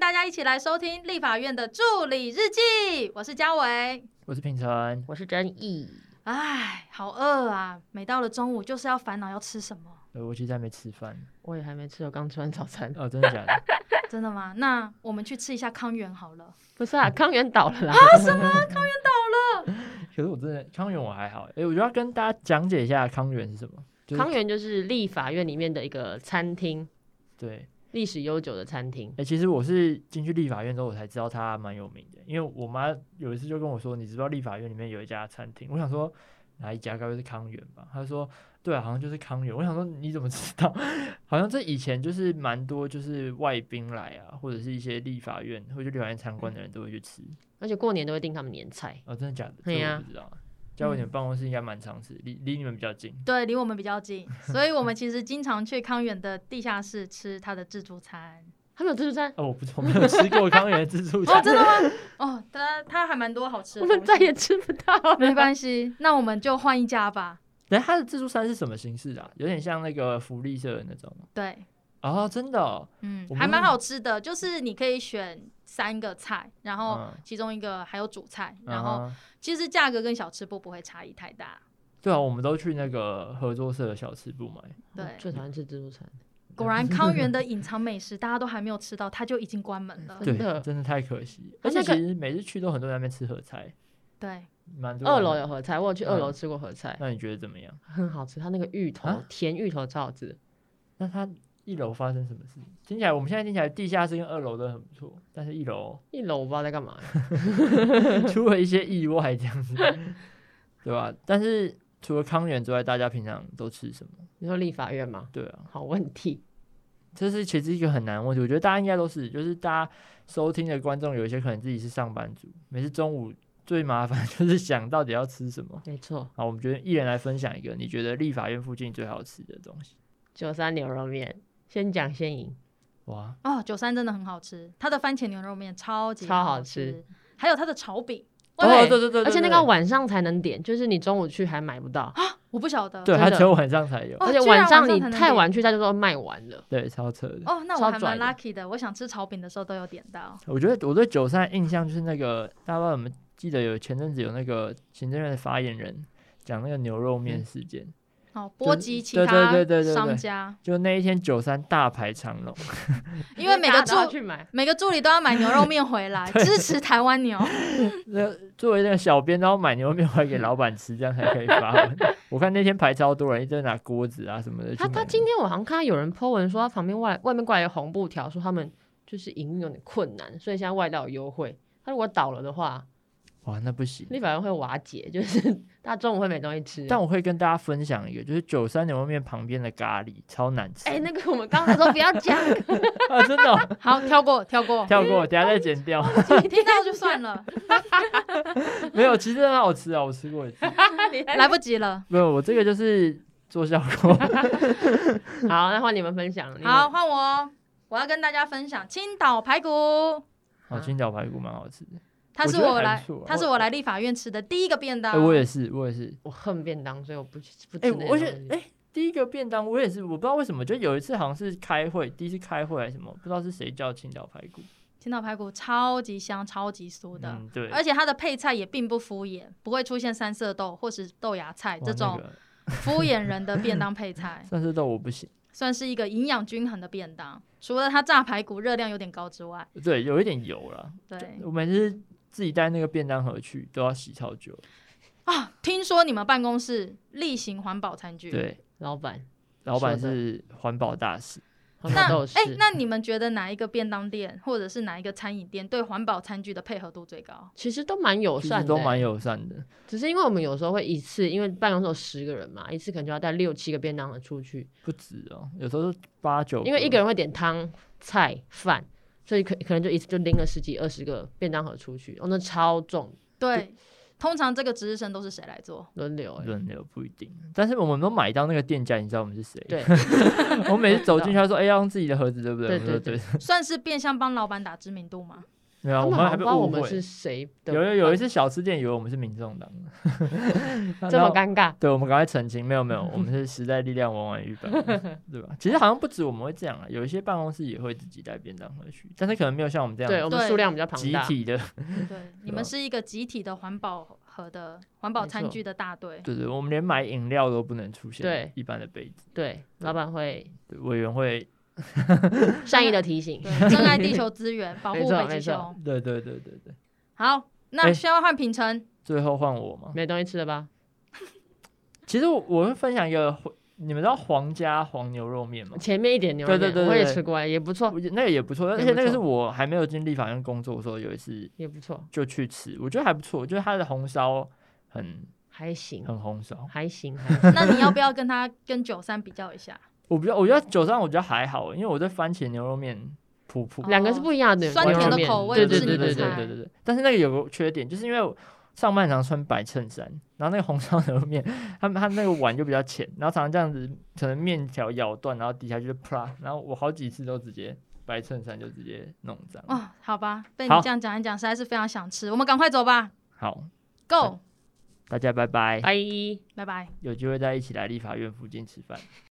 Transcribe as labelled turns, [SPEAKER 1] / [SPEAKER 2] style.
[SPEAKER 1] 大家一起来收听立法院的助理日记，我是嘉伟。
[SPEAKER 2] 我是品成，
[SPEAKER 3] 我是真意，
[SPEAKER 1] 唉，好饿啊！每到了中午就是要烦恼要吃什么，
[SPEAKER 2] 呃，我其实还没吃饭，
[SPEAKER 3] 我也还没吃，我刚吃完早餐。
[SPEAKER 2] 哦，真的假的？
[SPEAKER 1] 真的吗？那我们去吃一下康源好了。
[SPEAKER 3] 不是啊，康源倒了啦。
[SPEAKER 2] 可是我真的康源我还好，哎、我就要跟大家讲解一下康源是什么。就是、
[SPEAKER 3] 康源就是立法院里面的一个餐厅，
[SPEAKER 2] 对，
[SPEAKER 3] 历史悠久的餐厅
[SPEAKER 2] 哎、。其实我是进去立法院之后，我才知道它蛮有名的。因为我妈有一次就跟我说：“你知不知道立法院里面有一家餐厅？”我想说哪一家，该不会是康源吧？她就说：“对啊，好像就是康源。”我想说你怎么知道？ 好像这以前就是蛮多就是外宾来啊，或者是一些立法院或者立法院参观的人都会去吃。
[SPEAKER 3] 而且过年都会订他们年菜。
[SPEAKER 2] 哦，真的假的？
[SPEAKER 3] 对
[SPEAKER 2] 这我
[SPEAKER 3] 啊
[SPEAKER 2] 不知道。家伟，你们办公室应该蛮常
[SPEAKER 3] 嗯
[SPEAKER 2] 吃，离离你们比较近。
[SPEAKER 1] 对，离我们比较近，所以我们其实经常去康源的地下室吃他的自助餐。
[SPEAKER 3] 他们有自助餐，
[SPEAKER 2] 哦，我不我没有吃过康源的自助 餐。
[SPEAKER 1] 哦，真的吗？哦，他他还蛮多好吃的
[SPEAKER 3] 我
[SPEAKER 1] 东西。
[SPEAKER 3] 们再也吃不到了。
[SPEAKER 1] 没关系，那我们就换一家吧。
[SPEAKER 2] 等下它的自助餐是什么形式啊？有点像那个福利社的那种吗。
[SPEAKER 1] 对，
[SPEAKER 2] 哦，真的、哦。
[SPEAKER 1] 嗯
[SPEAKER 2] 我，们
[SPEAKER 1] 还蛮好吃的，就是你可以选三个菜，然后
[SPEAKER 2] 嗯
[SPEAKER 1] 其中一个还有主菜，然
[SPEAKER 2] 啊
[SPEAKER 1] 后
[SPEAKER 2] 哈
[SPEAKER 1] 其实价格跟小吃部不会差异太大。
[SPEAKER 2] 对啊，我们都去那个合作社的小吃部买。
[SPEAKER 1] 对，
[SPEAKER 3] 最讨厌吃自助餐，
[SPEAKER 1] 果 然康源的隐藏美食，大家都还没有吃到，它就已经关门了。
[SPEAKER 3] 真的
[SPEAKER 2] 真的太可惜。
[SPEAKER 3] 而
[SPEAKER 2] 而且其
[SPEAKER 3] 且那个
[SPEAKER 2] 实每次去都很多人在那边吃合菜，
[SPEAKER 1] 对，
[SPEAKER 2] 蛮多人
[SPEAKER 3] 二楼。有合菜，我有去二楼吃过合菜，
[SPEAKER 2] 啊那你觉得怎么样？
[SPEAKER 3] 很好吃。它那个芋头
[SPEAKER 2] 啊
[SPEAKER 3] 甜芋头超好吃。
[SPEAKER 2] 那它一楼发生什么事？听起来我们现在听起来地下室跟二楼都很不错，但是一楼
[SPEAKER 3] 一楼我不知道在干嘛，欸
[SPEAKER 2] 出了一些意外这样子，对吧？但是除了康源之外，大家平常都吃什么？
[SPEAKER 3] 你说立法院吗？
[SPEAKER 2] 对啊，
[SPEAKER 3] 好问题，
[SPEAKER 2] 这是其实一个很难的问题。我觉得大家应该都是，就是大家收听的观众有一些可能自己是上班族，每次中午最麻烦就是想到底要吃什么。
[SPEAKER 3] 没错，
[SPEAKER 2] 好，我们觉得一人来分享一个你觉得立法院附近最好吃的东西。
[SPEAKER 3] 九三牛肉面，先讲先赢。
[SPEAKER 2] 哇，
[SPEAKER 1] 哦，九三真的很好吃，它的番茄牛肉面超级
[SPEAKER 3] 超好
[SPEAKER 1] 好
[SPEAKER 3] 吃，
[SPEAKER 1] 还有它的炒饼，
[SPEAKER 2] 哦，对
[SPEAKER 3] 对
[SPEAKER 2] 对对对，
[SPEAKER 3] 而且那
[SPEAKER 2] 对
[SPEAKER 3] 个要晚上才能点，就是你中午去还买不到，
[SPEAKER 1] 我不晓得。
[SPEAKER 2] 对，
[SPEAKER 3] 真
[SPEAKER 2] 它
[SPEAKER 3] 的
[SPEAKER 2] 只有晚上才有，
[SPEAKER 1] 哦
[SPEAKER 3] 而且
[SPEAKER 1] 居然晚上
[SPEAKER 3] 上你
[SPEAKER 1] 才能
[SPEAKER 3] 太
[SPEAKER 1] 点
[SPEAKER 3] 晚去，他就说卖完了。
[SPEAKER 2] 对，超扯的。
[SPEAKER 1] 哦，那我还
[SPEAKER 3] 超拽
[SPEAKER 1] 蛮
[SPEAKER 3] 的
[SPEAKER 1] lucky 的，我想吃炒饼的时候都有点到。
[SPEAKER 2] 我觉得我对九三的印象就是那个，大家不知道有没有记得有前阵子有那个行政院的发言人讲那个牛肉
[SPEAKER 3] 嗯
[SPEAKER 2] 面事件，
[SPEAKER 1] 哦，波及其
[SPEAKER 2] 对对
[SPEAKER 1] 他
[SPEAKER 2] 对对对对
[SPEAKER 1] 商家，
[SPEAKER 2] 就那一天九三大排长龙，
[SPEAKER 1] 因为每个
[SPEAKER 3] 大家都要
[SPEAKER 1] 助
[SPEAKER 3] 去买，
[SPEAKER 1] 每个助理都要买牛肉面回 来，支持台湾牛。
[SPEAKER 2] 那作为那个小编，然后买牛肉面回来给老板吃，这样才可以发 文。我看那天排超多人，一直在拿锅子啊什么的去
[SPEAKER 3] 他
[SPEAKER 2] 买。
[SPEAKER 3] 他今天我好像看到有人 po 文说，他旁边外外面挂了一个红布条，说他们就是营运有点困难，所以现在外道有优惠。他如果倒了的话，
[SPEAKER 2] 哇，那不行。
[SPEAKER 3] 立法院会瓦解，就是大家中午会没东西吃。
[SPEAKER 2] 但我会跟大家分享一个，就是九三牛肉面旁边的咖喱超难吃。
[SPEAKER 3] 哎、那个我们刚才说不要讲，
[SPEAKER 2] 啊，真的哦、
[SPEAKER 1] 好，跳过跳过，
[SPEAKER 2] 跳过，等一下再剪掉。
[SPEAKER 1] 你听到就算 了，
[SPEAKER 2] 没有，其实很好吃啊，我吃过一次。
[SPEAKER 1] 来不及了。
[SPEAKER 2] 没有，我这个就是做效果。
[SPEAKER 3] 好，那换你们分享。你们
[SPEAKER 1] 好，，换我哦，我要跟大家分享青岛排骨，
[SPEAKER 2] 哦，青岛排骨蛮好吃的。
[SPEAKER 1] 它是
[SPEAKER 2] 我觉得
[SPEAKER 1] 我来
[SPEAKER 2] 很素啊，
[SPEAKER 1] 它是我来立法院吃的第一个便
[SPEAKER 2] 哎、
[SPEAKER 1] 当。
[SPEAKER 2] 我也是，我也是。
[SPEAKER 3] 我恨便当，所以我不吃不
[SPEAKER 2] 哎、
[SPEAKER 3] 吃那些
[SPEAKER 2] 我
[SPEAKER 3] 东
[SPEAKER 2] 而
[SPEAKER 3] 西。
[SPEAKER 2] 且哎、第一个便当我也是，我不知道为什么，就有一次好像是开会，第一次开会还是什么，不知道是谁叫青岛排骨。
[SPEAKER 1] 青岛排骨超级香，超级酥的。
[SPEAKER 2] 嗯，对。
[SPEAKER 1] 而且它的配菜也并不敷衍，不会出现三色豆或是豆芽菜
[SPEAKER 2] 哇
[SPEAKER 1] 这种
[SPEAKER 2] 那个，
[SPEAKER 1] 敷衍人的便当配菜
[SPEAKER 2] 三色豆我不行。
[SPEAKER 1] 算是一个营养均衡的便当。除了它炸排骨热量有点高之外，
[SPEAKER 2] 对，有一点油啦。
[SPEAKER 1] 对
[SPEAKER 2] 我每次自己带那个便当盒去，都要洗超久。
[SPEAKER 1] 啊，听说你们办公室例行环保餐具，
[SPEAKER 2] 对，
[SPEAKER 3] 老板，
[SPEAKER 2] 老板
[SPEAKER 3] 说的
[SPEAKER 2] 是环保大使。
[SPEAKER 3] 好
[SPEAKER 1] 那
[SPEAKER 3] 像都有事
[SPEAKER 1] 哎、。那你们觉得哪一个便当店或者是哪一个餐饮店对环保餐具的配合度最高？
[SPEAKER 3] 其实都蛮友
[SPEAKER 2] 其
[SPEAKER 3] 善
[SPEAKER 2] 实
[SPEAKER 3] 的、
[SPEAKER 2] 都蛮友善的。欸
[SPEAKER 3] 只是因为我们有时候会一次，因为办公室有十个人嘛，一次可能就要带六七个便当盒出去，
[SPEAKER 2] 不止哦，有时候是八九，
[SPEAKER 3] 因为一个人会点汤、菜、饭，所以可可能就一次就拎了十几二十个便当盒出去，哦，那超重，
[SPEAKER 1] 对，通常这个值日生都是谁来做？
[SPEAKER 3] 轮流哎、
[SPEAKER 2] 轮流不一定，但是我们都买到那个店家，你知道我们是谁？
[SPEAKER 3] 对，
[SPEAKER 2] 我每次走进去，他说：“哎，要用自己的盒子，对不对？” 我
[SPEAKER 3] 对
[SPEAKER 2] 们说
[SPEAKER 3] 对
[SPEAKER 2] 对
[SPEAKER 1] 算是变相帮老板打知名度吗？
[SPEAKER 2] 没有啊，
[SPEAKER 3] 他
[SPEAKER 2] 我
[SPEAKER 3] 好
[SPEAKER 2] 还
[SPEAKER 3] 像不
[SPEAKER 2] 被
[SPEAKER 3] 知道我
[SPEAKER 2] 误
[SPEAKER 3] 们
[SPEAKER 2] 会。
[SPEAKER 3] 是谁的，呃
[SPEAKER 2] 有有有一次小吃店以为我们是民众党的，
[SPEAKER 3] 这么
[SPEAKER 2] 然后
[SPEAKER 3] 尴尬。
[SPEAKER 2] 对，我们赶快澄清，没有没有，我 们是时代力量，晚晚预版，对吧？其实好像不止我们会这样啊，有一些办公室也会自己带便当回去，但是可能没有像我们这
[SPEAKER 3] 对我
[SPEAKER 2] 样
[SPEAKER 3] 们
[SPEAKER 1] 对
[SPEAKER 3] 数量比较庞
[SPEAKER 2] 集
[SPEAKER 3] 大，
[SPEAKER 2] 体的，
[SPEAKER 3] 啊
[SPEAKER 1] 对，你们是一个集体的环保盒的环保
[SPEAKER 3] 没错
[SPEAKER 1] 餐具的大队，
[SPEAKER 2] 对对，我们连买饮料都不能出现
[SPEAKER 3] 对
[SPEAKER 2] 一般的杯子，
[SPEAKER 3] 对，老板会
[SPEAKER 2] 对委员会，
[SPEAKER 3] 善意的提醒。
[SPEAKER 1] 对，珍爱地球资源，保
[SPEAKER 3] 没
[SPEAKER 1] 护
[SPEAKER 3] 错
[SPEAKER 1] 北
[SPEAKER 3] 没
[SPEAKER 1] 极
[SPEAKER 3] 错
[SPEAKER 1] 熊。
[SPEAKER 2] 对对对对对，
[SPEAKER 1] 好，那
[SPEAKER 2] 哎
[SPEAKER 1] 需要换品 城，
[SPEAKER 2] 最后换我嘛。
[SPEAKER 3] 没东西吃了吧？
[SPEAKER 2] 其实我我会分享一个，你们知道皇家黄牛肉面吗？
[SPEAKER 3] 前面一点牛肉面，
[SPEAKER 2] 对对对
[SPEAKER 3] 我也
[SPEAKER 2] 对
[SPEAKER 3] 吃过，也不错，
[SPEAKER 2] 我觉得那个也不错，而
[SPEAKER 3] 也
[SPEAKER 2] 且
[SPEAKER 3] 不
[SPEAKER 2] 那个
[SPEAKER 3] 错
[SPEAKER 2] 是我还没有进立法院工作的时候，有一次
[SPEAKER 3] 也不错，
[SPEAKER 2] 就去吃，我觉得还不错，就是它的红烧很
[SPEAKER 3] 还行，
[SPEAKER 2] 很红烧。
[SPEAKER 3] 还行，还行
[SPEAKER 1] 那你要不要跟他跟九三比较一下？
[SPEAKER 2] 我比较，我觉得九上我觉得还好，因为我对番茄牛肉面普普
[SPEAKER 1] 哦
[SPEAKER 3] 两个是不一样的
[SPEAKER 1] 酸
[SPEAKER 3] 牛
[SPEAKER 1] 甜
[SPEAKER 3] 肉
[SPEAKER 1] 的
[SPEAKER 3] 面
[SPEAKER 1] 口味
[SPEAKER 2] 对
[SPEAKER 3] 对
[SPEAKER 2] 对
[SPEAKER 3] 对
[SPEAKER 1] 是
[SPEAKER 2] 对
[SPEAKER 1] 你的菜
[SPEAKER 2] 对对
[SPEAKER 3] 对
[SPEAKER 2] 对对对。但是那个有个缺点，就是因为我上半场穿白衬衫，然后那个红烧牛肉面， 他们他那个碗就比较浅，然后常常这样子，可能面条咬断，然后底下就是啪，然后我好几次都直接白衬衫就直接弄脏。
[SPEAKER 1] 哦，好吧，被
[SPEAKER 2] 好
[SPEAKER 1] 你这样讲一讲，实在是非常想吃，我们赶快走吧
[SPEAKER 2] 好，
[SPEAKER 1] ，Go，
[SPEAKER 2] 大家拜拜，
[SPEAKER 3] 拜。
[SPEAKER 1] 拜拜。
[SPEAKER 2] 有机会再一起来立法院附近吃饭。